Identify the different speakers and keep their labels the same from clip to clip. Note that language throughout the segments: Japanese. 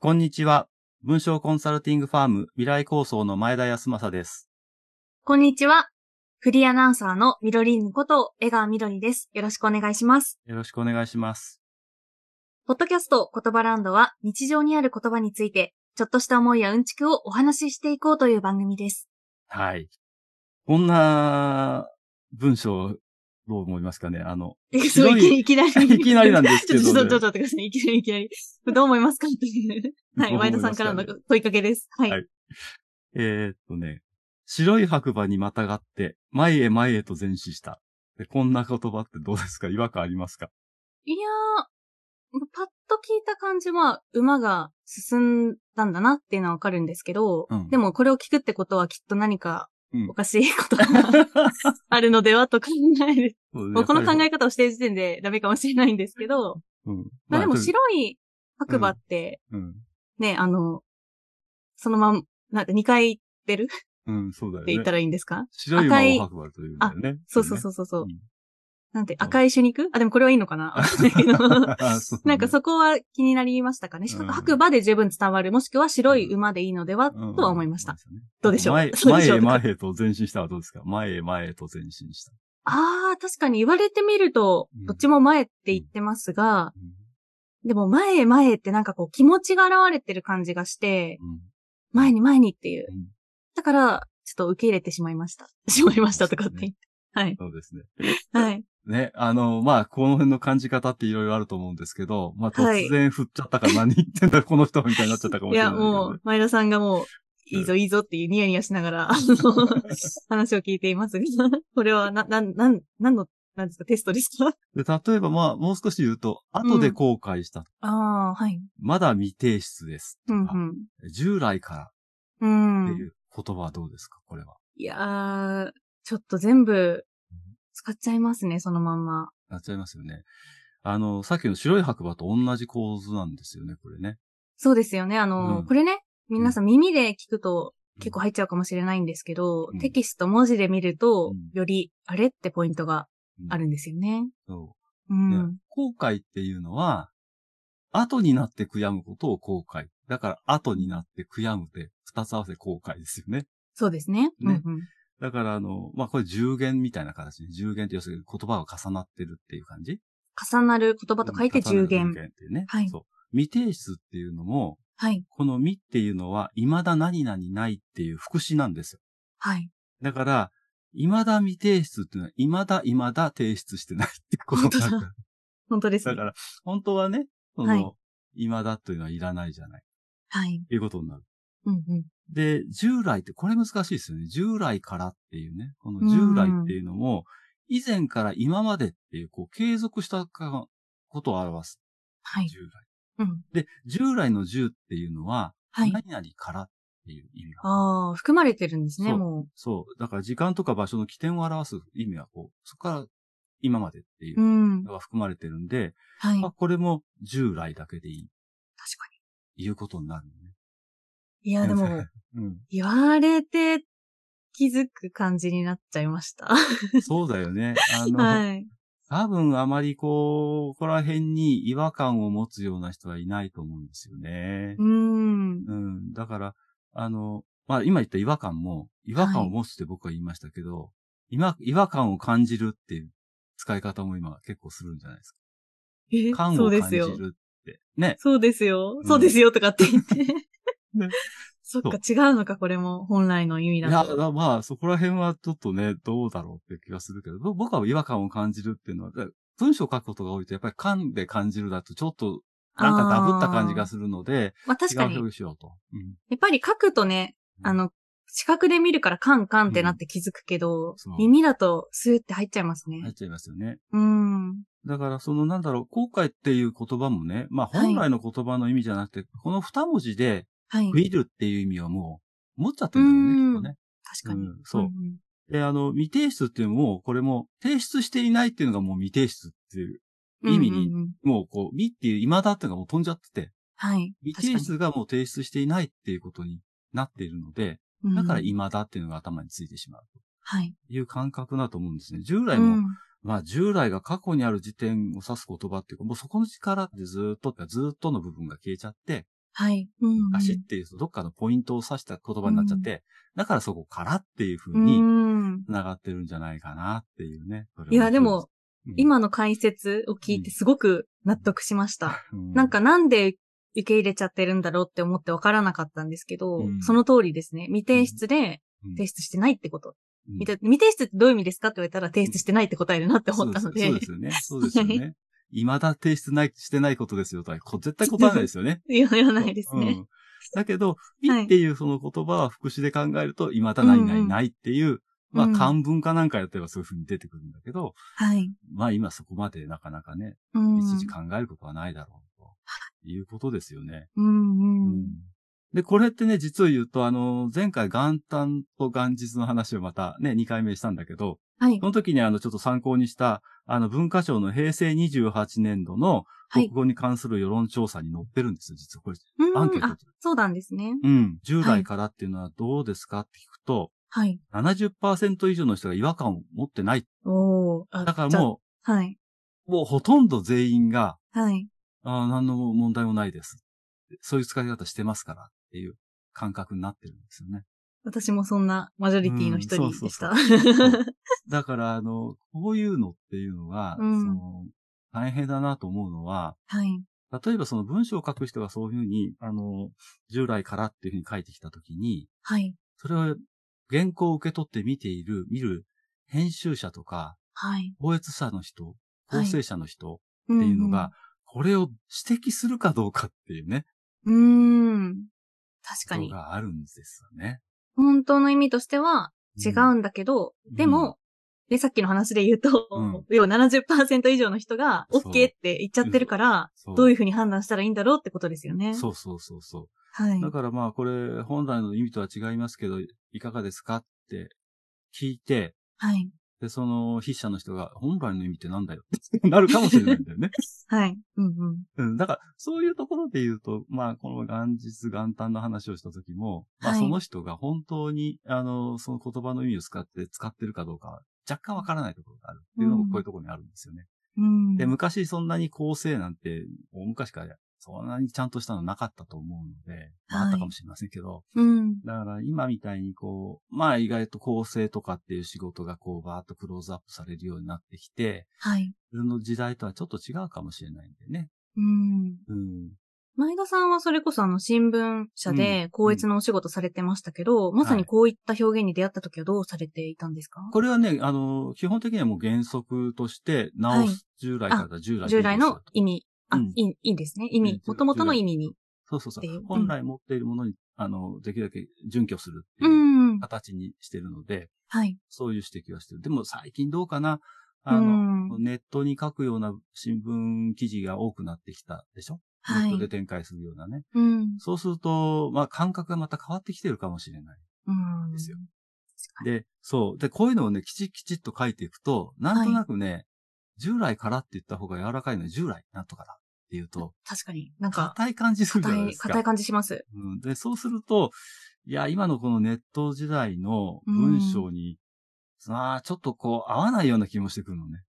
Speaker 1: こんにちは。文章コンサルティングファーム未来構想の前田康政です。
Speaker 2: こんにちは。フリーアナウンサーのミドリーヌこと江川みどりです。よろしくお願いします。
Speaker 1: よろしくお願いします。
Speaker 2: ポッドキャスト言葉ランドは日常にある言葉について、ちょっとした思いやうんちくをお話ししていこうという番組です。
Speaker 1: はい。こんな文章、どう思いますかねあの、
Speaker 2: すごいいきなり。
Speaker 1: いきなりなんですけどね
Speaker 2: ちょっと、ちょっと、ちょっと待ってください。いきなり、いきなり。どう思 いますかという。はい。
Speaker 1: どう思
Speaker 2: 前
Speaker 1: い
Speaker 2: 田
Speaker 1: ます
Speaker 2: さんからの問いかけです。はい。
Speaker 1: はいえーっとね、白い白馬にまたがって、前へ前へと前進した。でこんな言葉ってどうですか違和感あります か
Speaker 2: いやー、パッと聞いた感じは、馬が進んだんだなっていうのはわかるんですけど、
Speaker 1: うん
Speaker 2: でもこれを聞くってことはきっと何か
Speaker 1: うん
Speaker 2: おかしいことがあるのではと考え る。もうこの考
Speaker 1: え、
Speaker 2: え方をしてる時点でダメかもしれないんですけど、
Speaker 1: うん。
Speaker 2: まあでも
Speaker 1: とり
Speaker 2: 白い白馬って
Speaker 1: うん。
Speaker 2: ね、あの、そのまん、なんか2回行ってるっ
Speaker 1: うん、そうだよ
Speaker 2: て
Speaker 1: ね。
Speaker 2: 言ったらいいんですか、
Speaker 1: 白い
Speaker 2: 赤い
Speaker 1: 馬を白馬というんだよね。
Speaker 2: そうそうそうそう そう。
Speaker 1: うん
Speaker 2: なんて
Speaker 1: そう
Speaker 2: 赤い朱肉あ、でもこれはいいの かなわかんないけど
Speaker 1: そうね
Speaker 2: なんかそこは気になりましたかね。
Speaker 1: うん
Speaker 2: 白馬で十分伝わる、もしくは白い馬でいいのでは、
Speaker 1: うん
Speaker 2: とは思いました。。ど
Speaker 1: そう
Speaker 2: でしょう
Speaker 1: 前
Speaker 2: どうで
Speaker 1: 前
Speaker 2: しょ
Speaker 1: へ
Speaker 2: う
Speaker 1: 前へと前進したはどうですか前へ前へと前進した。
Speaker 2: ああ、確かに言われてみると
Speaker 1: うん、
Speaker 2: どっちも前って言ってますが、
Speaker 1: うん
Speaker 2: でも前へ前へってなんかこう気持ちが現れてる感じがして、
Speaker 1: うん
Speaker 2: 前に前にっていう
Speaker 1: うん。
Speaker 2: だから、ちょっと受け入れてしまい ました。しまいましたとかって言って。はい。
Speaker 1: そうですね。
Speaker 2: はい。
Speaker 1: ね、あの、まあ、この辺の感じ方っていろいろあると思うんですけど、まあ、
Speaker 2: はい
Speaker 1: 突然振っちゃったから何言ってんだ、 この人みたいになっちゃったかも
Speaker 2: い
Speaker 1: しれない
Speaker 2: や、
Speaker 1: けどね、
Speaker 2: もう、前田さんがもう、いいぞいいぞっていうニヤニヤしながら、あの、話を聞いていますが、 これは、な、な、なん、なんの、なんですか、テストですか
Speaker 1: で、例えば、まあ、もう少し言うと、後で後悔した。
Speaker 2: ああ、はい。
Speaker 1: まだ未提出です。
Speaker 2: う
Speaker 1: と
Speaker 2: ん、
Speaker 1: か従来か
Speaker 2: うん。
Speaker 1: らっ
Speaker 2: う
Speaker 1: てい
Speaker 2: ん。
Speaker 1: う言葉はどうですかこれは。
Speaker 2: いやー、ちょっと全部、使っちゃいますね、そのまんま。
Speaker 1: なっちゃいますよね。あの、さっきの白い白馬と同じ構図なんですよね、これね。
Speaker 2: そうですよね。あ
Speaker 1: う
Speaker 2: の、
Speaker 1: ん
Speaker 2: これね、皆さん耳で聞くと結構入っちゃうかもしれないんですけど、
Speaker 1: うん
Speaker 2: テキスト文字で見ると、
Speaker 1: うん
Speaker 2: より、あれってポイントがあるんですよね。
Speaker 1: そうう、
Speaker 2: ん。
Speaker 1: ね後悔っていうのは、後になって悔やむことを後悔。だから、後になって悔やむで、二つ合わせ後悔ですよね。
Speaker 2: そうですね。
Speaker 1: ね
Speaker 2: うんうん
Speaker 1: だから、あの、まあ、これ重言みたいな形ね。重言って要するに言葉が重なってるっていう感じ
Speaker 2: 重なる言葉と書いて重
Speaker 1: 重
Speaker 2: 言。
Speaker 1: 言っていうね。
Speaker 2: はい
Speaker 1: そう。未提出っていうのも、
Speaker 2: はい。
Speaker 1: この未っていうのは、未だ何々ないっていう副詞なんですよ。
Speaker 2: はい。
Speaker 1: だから、未だ未提出っていうのは、未だ未だ提出してないっていうことになるから。
Speaker 2: 本当です
Speaker 1: だ
Speaker 2: ね
Speaker 1: か。ら、本当はね、その、
Speaker 2: はい
Speaker 1: 未だというのはいらないじゃない。
Speaker 2: はい。
Speaker 1: ということになる。
Speaker 2: うんうん。
Speaker 1: で、従来って、これ難しいですよね。従来からっていうね。この従来っていうのも、以前から今までっていう、こう、継続したかことを表す。
Speaker 2: はい。
Speaker 1: 従来。
Speaker 2: うん。
Speaker 1: で、従来の従っていうのは、
Speaker 2: はい。
Speaker 1: 何々からっていう意味が。
Speaker 2: ああ、含まれてるんですね、
Speaker 1: そう
Speaker 2: も。
Speaker 1: そう。だから時間とか場所の起点を表す意味は、こう、そこから今までっていう
Speaker 2: う。
Speaker 1: うんのが含まれてるんで、
Speaker 2: はい。確
Speaker 1: まあ、
Speaker 2: か
Speaker 1: これも従来だけでい
Speaker 2: に。
Speaker 1: い、いうことになるのね。
Speaker 2: いや、でも、
Speaker 1: うん。
Speaker 2: 言われて気づく感じになっちゃいました。
Speaker 1: そうだよね。あの、
Speaker 2: はい。
Speaker 1: 多分あまりこう、ここら辺に違和感を持つような人はいないと思うんですよね
Speaker 2: う。ん。
Speaker 1: うん。だから、あの、まあ今言った違和感も、違和感を持つって僕は言いましたけど、今、違和感を感じるっていう使い方も今結構するんじゃないです
Speaker 2: え
Speaker 1: か。感
Speaker 2: そ
Speaker 1: を
Speaker 2: うで
Speaker 1: 感
Speaker 2: す
Speaker 1: じ
Speaker 2: よ。
Speaker 1: るって。ね。
Speaker 2: そうですよ
Speaker 1: ん。
Speaker 2: そうですよとかって言って。
Speaker 1: ね
Speaker 2: そっか、違うのか、これも。本来の意味
Speaker 1: い
Speaker 2: だ
Speaker 1: や、
Speaker 2: と。
Speaker 1: だまあそこら辺はちょっとね、どうだろうって気がするけど、ぼ僕は違和感を感じるっていうのは、だから文章を書くことが多いとやっぱり感で感じるだとちょっとなんかダブった感じが
Speaker 2: あー
Speaker 1: するので、
Speaker 2: まあ確か
Speaker 1: 違う
Speaker 2: に、
Speaker 1: 表
Speaker 2: や
Speaker 1: 現しようと。うん。
Speaker 2: っぱり書くとね、あの、視覚で見るからカンカンってなって気づくけど、
Speaker 1: そう
Speaker 2: 耳だとスーって入っちゃいますね。
Speaker 1: 入っちゃいますよね。
Speaker 2: うん。
Speaker 1: だから、そのなんだろう、後悔っていう言葉もね、まあ本来の言葉の意味じゃなくて、この二文字で、
Speaker 2: はい。
Speaker 1: 増えるっていう意味はもう、持っちゃってるんだろうね、きっ
Speaker 2: 確
Speaker 1: と
Speaker 2: か
Speaker 1: ね。
Speaker 2: に。
Speaker 1: うん、そうう。
Speaker 2: ん
Speaker 1: で、あの、未提出っていうのも、これも、提出していないっていうのがもう未提出っていう、
Speaker 2: うん
Speaker 1: 意味に
Speaker 2: うんうんうん
Speaker 1: もうこう、未っていう、未だっていうのがもう飛んじゃってて、
Speaker 2: はい。
Speaker 1: 未提出がもう提出していないっていうことになっているので、
Speaker 2: 確
Speaker 1: だから
Speaker 2: うん
Speaker 1: 未だっていうのが頭についてしまう
Speaker 2: はい。
Speaker 1: という感覚だと思うんですね。従来
Speaker 2: う
Speaker 1: も、
Speaker 2: ん
Speaker 1: まあ従来が過去にある時点を指す言葉っていうか、もうそこの力でずーっと、ずーっとの部分が消えちゃって、
Speaker 2: はい。うんうん
Speaker 1: 足っていうと、どっかのポイントを指した言葉になっちゃって、だからそこからっていう風
Speaker 2: う
Speaker 1: に
Speaker 2: ん。
Speaker 1: 繋がってるんじゃないかなっていうね。それはい
Speaker 2: や、でも、、
Speaker 1: うん、
Speaker 2: 今の解説を聞いてすごく納得しました。
Speaker 1: うん
Speaker 2: なん、かなんで受け入れちゃってるんだろうって思ってわからなかったんですけど、
Speaker 1: うん
Speaker 2: その通りですね。未提出で
Speaker 1: うん
Speaker 2: 提出してないってこと。
Speaker 1: うん
Speaker 2: 未提未提出ってどういう意味ですかって言われたら提出してないって答えるなって思ったので。
Speaker 1: そうですそうですよね。そうですよね。未だ提出ない、してないことですよとは、こ絶対答えないですよね。
Speaker 2: 言わないです
Speaker 1: う
Speaker 2: ね。
Speaker 1: んだけど、美
Speaker 2: はい
Speaker 1: っていうその言葉は副詞で考えると、未だないないないっていう、まあ
Speaker 2: うん
Speaker 1: 漢文かなんかやってればそういう風に出てくるんだけど、
Speaker 2: はい。
Speaker 1: まあ今そこまでなかなかね、
Speaker 2: うん。
Speaker 1: 一時考えることはないだろうということですよね。
Speaker 2: うんう
Speaker 1: うん
Speaker 2: ん。
Speaker 1: で、これってね、実を言うと、あの、前回元旦と元日の話をまたね、2回目したんだけど、
Speaker 2: はい
Speaker 1: そ。の時にあの、ちょっと参考にした、あの、文化省の平成28年度の
Speaker 2: は
Speaker 1: 国
Speaker 2: い。
Speaker 1: 語に関する世論調査に載ってるんですよ、実はこれ。
Speaker 2: うん
Speaker 1: アンケート
Speaker 2: あ、そうなんですね。
Speaker 1: うん。10
Speaker 2: は
Speaker 1: 代
Speaker 2: い
Speaker 1: からっていうのはどうですかって聞くと、
Speaker 2: はい。
Speaker 1: 70%以上の人が違和感を持ってない。
Speaker 2: おー。あ
Speaker 1: だから
Speaker 2: じゃあ
Speaker 1: も
Speaker 2: はい。
Speaker 1: う、もうほとんど全員が、
Speaker 2: はい。
Speaker 1: あー何の問題もないです。そういう使い方してますからっていう感覚になってるんです よね。
Speaker 2: 私もそんなマジョリティの一人でした。
Speaker 1: うんそう そうそうだから、あの、こういうのっていうのは、
Speaker 2: うん
Speaker 1: その、大変だなと思うのは、
Speaker 2: はい。
Speaker 1: 例えばその文章を書く人がそういうふうに、あの、従来からっていうふうに書いてきたときに、
Speaker 2: はい。
Speaker 1: それを原稿を受け取って見ている、見る編集者とか、
Speaker 2: はい。
Speaker 1: 放閲者の人、
Speaker 2: はい
Speaker 1: 構成者の人っ
Speaker 2: って
Speaker 1: ていうのが、、これを指摘するかどうかっていうね、
Speaker 2: うーん。確
Speaker 1: こ
Speaker 2: か
Speaker 1: と
Speaker 2: に。
Speaker 1: があるんですよね。
Speaker 2: 本当の意味としては違
Speaker 1: ん
Speaker 2: うんだけど、
Speaker 1: うん
Speaker 2: でも、で、さっきの話で言うと、
Speaker 1: うん
Speaker 2: 要は70%以上の人が
Speaker 1: そう
Speaker 2: OK って言っちゃってるから、
Speaker 1: そ
Speaker 2: どういうふうに判断したらいいんだろうってことですよね。
Speaker 1: そうそうそうそ
Speaker 2: は
Speaker 1: う。
Speaker 2: い
Speaker 1: だ。からまあこれ本来の意味とは違いますけど、いかがですかって聞いて、
Speaker 2: はい。
Speaker 1: で、その筆者の人が本来の意味ってなんだよってなるかもしれないんだよね。
Speaker 2: はい。うんうん。
Speaker 1: うん。だからそういうところで言うと、まあこの元日元旦の話をした時も、まあ
Speaker 2: はい
Speaker 1: その人が本当に、あの、その言葉の意味を使って使ってるかどうか、若干わからないところがあるっていうのも
Speaker 2: うん
Speaker 1: こういうところにあるんですよね。
Speaker 2: うん。
Speaker 1: で、昔そんなに構成なんて、大昔からそんなにちゃんとしたのなかったと思うので、まあ、
Speaker 2: は
Speaker 1: あ
Speaker 2: い
Speaker 1: ったかもしれませんけど、
Speaker 2: うん。
Speaker 1: だから今みたいにこう、まあ意外と構成とかっていう仕事がこうバーッとクローズアップされるようになってきて、
Speaker 2: はい。
Speaker 1: その時代とはちょっと違うかもしれないんでね。
Speaker 2: うん。
Speaker 1: うん。
Speaker 2: 前田さんはそれこそあの新聞社
Speaker 1: う
Speaker 2: で
Speaker 1: ん
Speaker 2: 公越のお仕事されてましたけど、まさにこういった表現に出会った時はどうされていたんですか、
Speaker 1: これはね、あの、基本的にはもう原則として直す。
Speaker 2: はい
Speaker 1: 従来から従来に
Speaker 2: 従来の意味。あ、
Speaker 1: うん
Speaker 2: いい、いいですね。意
Speaker 1: うん
Speaker 2: 味。元々の意味に。
Speaker 1: そうそうそ
Speaker 2: っていうう
Speaker 1: う。
Speaker 2: ん
Speaker 1: 本来持っているものに、あの、できるだけ準拠するってい
Speaker 2: う。
Speaker 1: うん形にしてるので、
Speaker 2: はい。
Speaker 1: そういう指摘はしてる。でも最近どうかな
Speaker 2: う
Speaker 1: あの、
Speaker 2: ん。
Speaker 1: ネットに書くような新聞記事が多くなってきたでしょ
Speaker 2: は
Speaker 1: ネ
Speaker 2: い
Speaker 1: ット。で展開するようなね。
Speaker 2: うん。
Speaker 1: そうすると、まあ感覚がまた変わってきてるかもしれない。
Speaker 2: うん。
Speaker 1: ですよ
Speaker 2: 確かに。
Speaker 1: で、そう。で、こういうのをね、きちきちっと書いていくと、なんとなくね、従来からって言った方が柔らかいのに、従来なんとかだって言うと、
Speaker 2: 確かに。なんか、
Speaker 1: 硬い感じするじゃない
Speaker 2: 硬
Speaker 1: で
Speaker 2: い、
Speaker 1: すか。
Speaker 2: 硬い感じします。
Speaker 1: うん、で、そうすると、いや、今のこのネット時代の文章に、まあ、ちょっとこう、合わないような気もしてくるのね。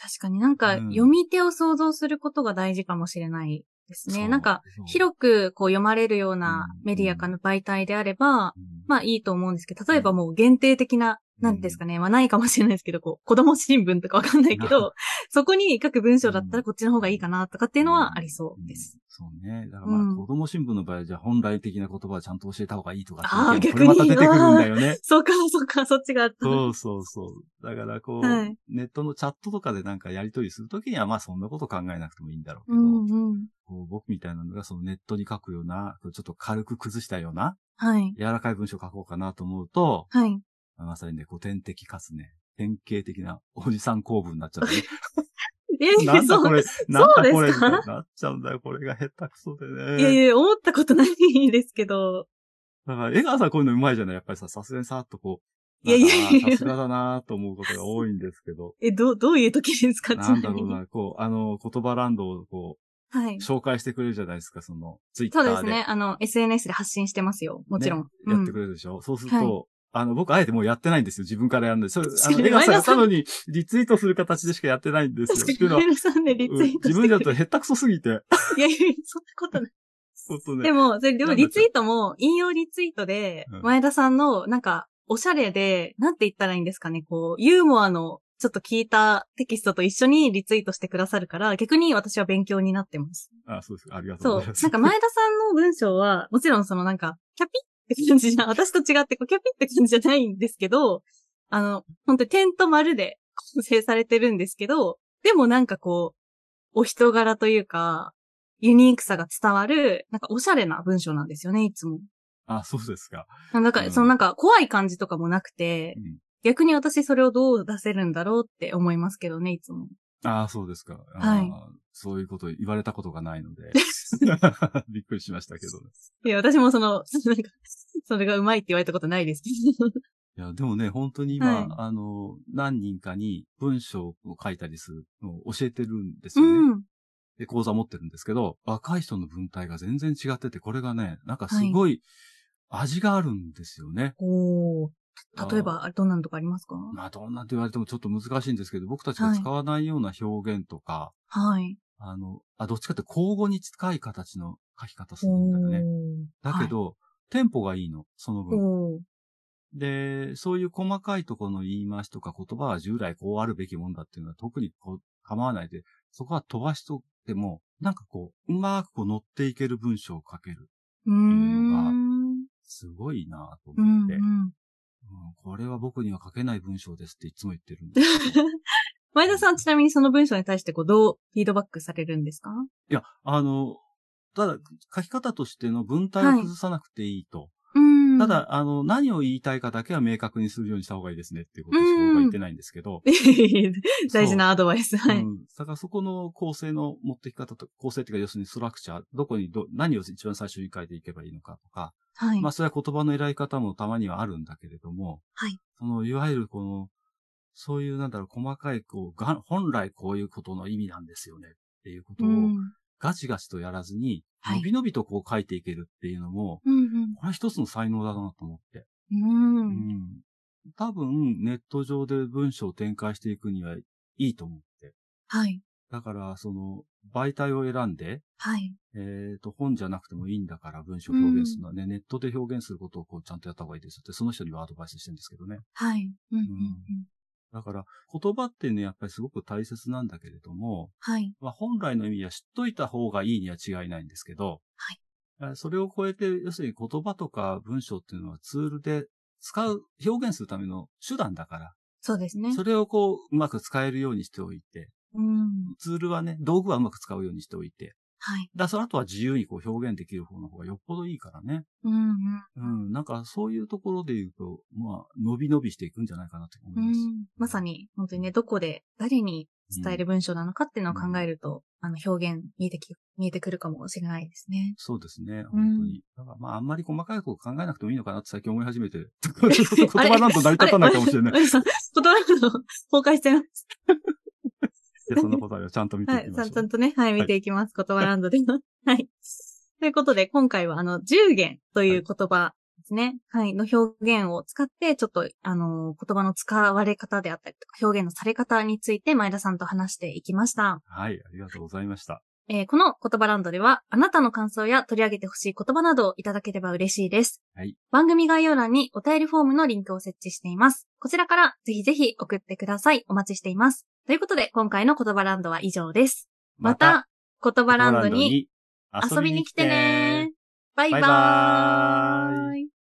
Speaker 2: 確かになんか、
Speaker 1: うん
Speaker 2: 読み手を想像することが大事かもしれないです
Speaker 1: そ
Speaker 2: ね。
Speaker 1: う
Speaker 2: なんか、、広くこう読まれるような
Speaker 1: うん
Speaker 2: メディアかの媒体であれば、
Speaker 1: く、うん
Speaker 2: まあいいと思うんですけど、例えばもう限定的な、なんですかね、まあないかもしれないですけど、こう、子供新聞とかわかんないけ
Speaker 1: う
Speaker 2: ど、 そこに書く文章だった
Speaker 1: うん
Speaker 2: らこっちの方がいいかなとかっていうのはありそうです。
Speaker 1: うん。そうね。だからまあ、
Speaker 2: うん
Speaker 1: 子供新聞の場合は、じゃあ本来的な言葉はちゃんと教えた方がいいとか
Speaker 2: あー
Speaker 1: っていう意見
Speaker 2: 逆
Speaker 1: もこれまた出
Speaker 2: に。
Speaker 1: てくるんだよね
Speaker 2: そうか、そうか、そっちがあ った。
Speaker 1: そうそうそう。だからこう、
Speaker 2: はい
Speaker 1: ネットのチャットとかでなんかやり取りするときには、まあそんなこと考えなくてもいいんだろうけ
Speaker 2: う
Speaker 1: ど、
Speaker 2: んうん。
Speaker 1: こう僕みたいなのがそのネットに書くような、ちょっと軽く崩したような、
Speaker 2: はい。
Speaker 1: 柔らかい文章を書こうかなと思うと、
Speaker 2: はい。
Speaker 1: まさにね、古典的かつね、典型的なおじさん構文になっちゃってね、
Speaker 2: え、
Speaker 1: なんだ
Speaker 2: そ
Speaker 1: こ
Speaker 2: う。
Speaker 1: れ、なんだこ
Speaker 2: そうで
Speaker 1: れ、
Speaker 2: す
Speaker 1: み
Speaker 2: か
Speaker 1: たいになっちゃうんだよ。これが下手くそでね。
Speaker 2: いやいや、思ったことないですけど。
Speaker 1: だから、江川さんこういうのうまいじゃないやっぱりさ、さすがにさーっとこう。
Speaker 2: いやいやいや。
Speaker 1: なんかさすがだなーと思うことが多いんですけど
Speaker 2: え、どう、どういう時ですか
Speaker 1: なんだろう。な、こう、あの、言葉ランドをこ、。
Speaker 2: ちなみにはいう
Speaker 1: 紹介してくれるじゃないですか、その、ツイッタ
Speaker 2: そ
Speaker 1: ー
Speaker 2: う
Speaker 1: で。
Speaker 2: ですね。あの、SNS で発信してますよ。もちろん。
Speaker 1: やってく
Speaker 2: れ。
Speaker 1: れるでしょ、そうすると、
Speaker 2: は
Speaker 1: あの、僕あえてもうやってないんですよ。自分からやるんで。それ、あ
Speaker 2: 確か
Speaker 1: の、
Speaker 2: に
Speaker 1: 江川さん
Speaker 2: 前田
Speaker 1: が
Speaker 2: さん
Speaker 1: たのにリツイートする形でしかやってないんですよ。って
Speaker 2: 確
Speaker 1: いうの
Speaker 2: か
Speaker 1: は
Speaker 2: に、、前田さんでリ
Speaker 1: うん
Speaker 2: ツイートして
Speaker 1: 自
Speaker 2: く
Speaker 1: 分
Speaker 2: れ
Speaker 1: だ
Speaker 2: る
Speaker 1: と下手くそすぎて。
Speaker 2: いやいや、そんなことない。
Speaker 1: 本当ね。
Speaker 2: でも、それ、でも
Speaker 1: なんだっけ
Speaker 2: リツイートも、引用リツイートで
Speaker 1: うん、
Speaker 2: 前田さんの、なんか、おしゃれで、なんて言ったらいいんですかね、こう、ユーモアの、ちょっと聞いたテキストと一緒にリツイートしてくださるから、逆に私は勉強になってます。
Speaker 1: あ、そうですか。ありがとうご
Speaker 2: そう
Speaker 1: ざいま。す。
Speaker 2: なんか前田さんの文章は、もちろんそのなんか、キャピって感じじゃ、 私と違ってこうキャピって感じじゃないんですけど、あの、本当に点と丸で 構成されてるんですけど、でもなんかこう、お人柄というか、ユニークさが伝わる、なんかおしゃれな文章なんですよね、いつも。
Speaker 1: あ、そうですか。
Speaker 2: なんか、
Speaker 1: うん
Speaker 2: そのなんか怖い感じとかもなくて
Speaker 1: う、ん
Speaker 2: 逆に私それをどう出せるんだろうって思いますけどね、いつも。
Speaker 1: ああ、そうですか。あー
Speaker 2: はい
Speaker 1: そういうこと言われたことがないの で。 びっくりしましたけど。
Speaker 2: いや、私もその、 なんか、それがうまいって言われたことないですけど。
Speaker 1: いや、でもね、本当に今、
Speaker 2: はい
Speaker 1: あの、何人かに文章を書いたりするのを教えてるんです
Speaker 2: う
Speaker 1: よね。
Speaker 2: ん。
Speaker 1: で、講座持ってるんですけど、若い人の文体が全然違ってて、これがね、なんかすごい味があるんですよね。
Speaker 2: おー
Speaker 1: あー
Speaker 2: 例えば、どんなのとかありますか
Speaker 1: まあ、どんなって言われてもちょっと難しいんですけど、僕たちが使わないような表現とか、
Speaker 2: はい。
Speaker 1: あの、あ、どっちかって交互に近い形の書き方するんだよ
Speaker 2: おー
Speaker 1: ね。だけ、ど、テンポがいいの、その
Speaker 2: はい
Speaker 1: 分。
Speaker 2: おー
Speaker 1: で、そういう細かいところの言い回しとか言葉は従来こうあるべきもんだっていうのは特にこう構わないで、そこは飛ばしとっても、なんかこう、うまくこう乗っていける文章を書ける。
Speaker 2: うーん。
Speaker 1: すごいなぁと
Speaker 2: う
Speaker 1: 思っ
Speaker 2: ん
Speaker 1: て、
Speaker 2: う
Speaker 1: うん
Speaker 2: ん。
Speaker 1: これは僕には書けない文章ですっていつも言ってるんですけど。い
Speaker 2: 前田さん、ちなみにその文章に対して、こう、どうフィードバックされるんですか
Speaker 1: や、あの、ただ、書き方としての文体を崩さなくていいと。
Speaker 2: うん。
Speaker 1: た、だ、あの、何を言いたいかだけは明確にするようにした方がいいですねっていうことしか僕は言ってないんですけど。
Speaker 2: 大事なアドバイス。はい。
Speaker 1: うん。だからそこの構成の持ってき方と、構成っていうか要するにストラクチャー、どこにど、何を一番最初に書いていけばいいのかとか、
Speaker 2: はい
Speaker 1: まあ。それは言葉の選び方もたまにはあるんだけれども、
Speaker 2: はい。
Speaker 1: その、いわゆるこの、そういうなんだろう、細かい、こう、が、本来こういうことの意味なんですよねっていうこと
Speaker 2: う
Speaker 1: を、
Speaker 2: ん。
Speaker 1: ガチガチとやらずに、
Speaker 2: はい
Speaker 1: のびのびとこう書いていけるっていうのも、
Speaker 2: うん。
Speaker 1: これは一つの才能だなと思って。
Speaker 2: うん。う
Speaker 1: うんん。多分、ネット上で文章を展開していくにはいいと思って。
Speaker 2: はい。
Speaker 1: だから、その、媒体を選んで、
Speaker 2: はい。
Speaker 1: えっ、と、本じゃなくてもいいんだから文章を表現するのはね、ネットで表現することをこうちゃんとやった方がいいですって、その人にはアドバイスしてるんですけどね。
Speaker 2: はい。うん。うんうん
Speaker 1: だから、言葉ってね、やっぱりすごく大切なんだけれども、
Speaker 2: はい。
Speaker 1: まあ、本来の意味は知っといた方がいいには違いないんですけど、えーそれを超えて、要するに言葉とか文章っていうのはツールで使う、表現するための手段だから、
Speaker 2: そうですね。
Speaker 1: それをこう、うまく使えるようにしておいて、
Speaker 2: うん。
Speaker 1: ツールはね、道具はうまく使うようにしておいて、
Speaker 2: はい。
Speaker 1: だその後は自由にこう表現できる方の方がよっぽどいいからね。
Speaker 2: うん。うん
Speaker 1: うん。なんかそういうところで言うと、まあ、伸び伸びしていくんじゃないかなと思
Speaker 2: う
Speaker 1: います。
Speaker 2: んまさに、本当にね、どこで、誰に伝える文章なのかっていうのを考えると、あの、表現見えてき、見えてくるかもしれないですね。
Speaker 1: そうですね。
Speaker 2: う
Speaker 1: 本
Speaker 2: ん
Speaker 1: 当に。だからまあ、あんまり細かいこと考えなくてもいいのかなって最近思い始め て、言葉なんと成り立たないかもしれない。
Speaker 2: あれさん 言葉の崩壊してます。
Speaker 1: で、そんなことはちゃんと見てい
Speaker 2: は
Speaker 1: き
Speaker 2: い、ち
Speaker 1: ま
Speaker 2: ゃ
Speaker 1: し
Speaker 2: ん
Speaker 1: ょう。
Speaker 2: とね、はい、見ていきます。言葉ランドでの。はい。ということで、今回は、あの、十言という言葉ですね。はい、の表現を使って、ちょっと、あの、言葉の使われ方であったりとか、表現のされ方について、前田さんと話していきました。
Speaker 1: はい、ありがとうございました。
Speaker 2: えーこの言葉ランドでは、あなたの感想や取り上げてほしい言葉などをいただければ嬉しいです。
Speaker 1: はい
Speaker 2: 番組概要欄にお便りフォームのリンクを設置しています。こちらからぜひぜひ送ってください。お待ちしています。ということで、今回の言葉ランドは以上です。また、言葉ランドに
Speaker 1: 言葉ランド
Speaker 2: 遊びに来てね。バイ
Speaker 1: バ
Speaker 2: バ
Speaker 1: イ
Speaker 2: ーイ。
Speaker 1: バーイ。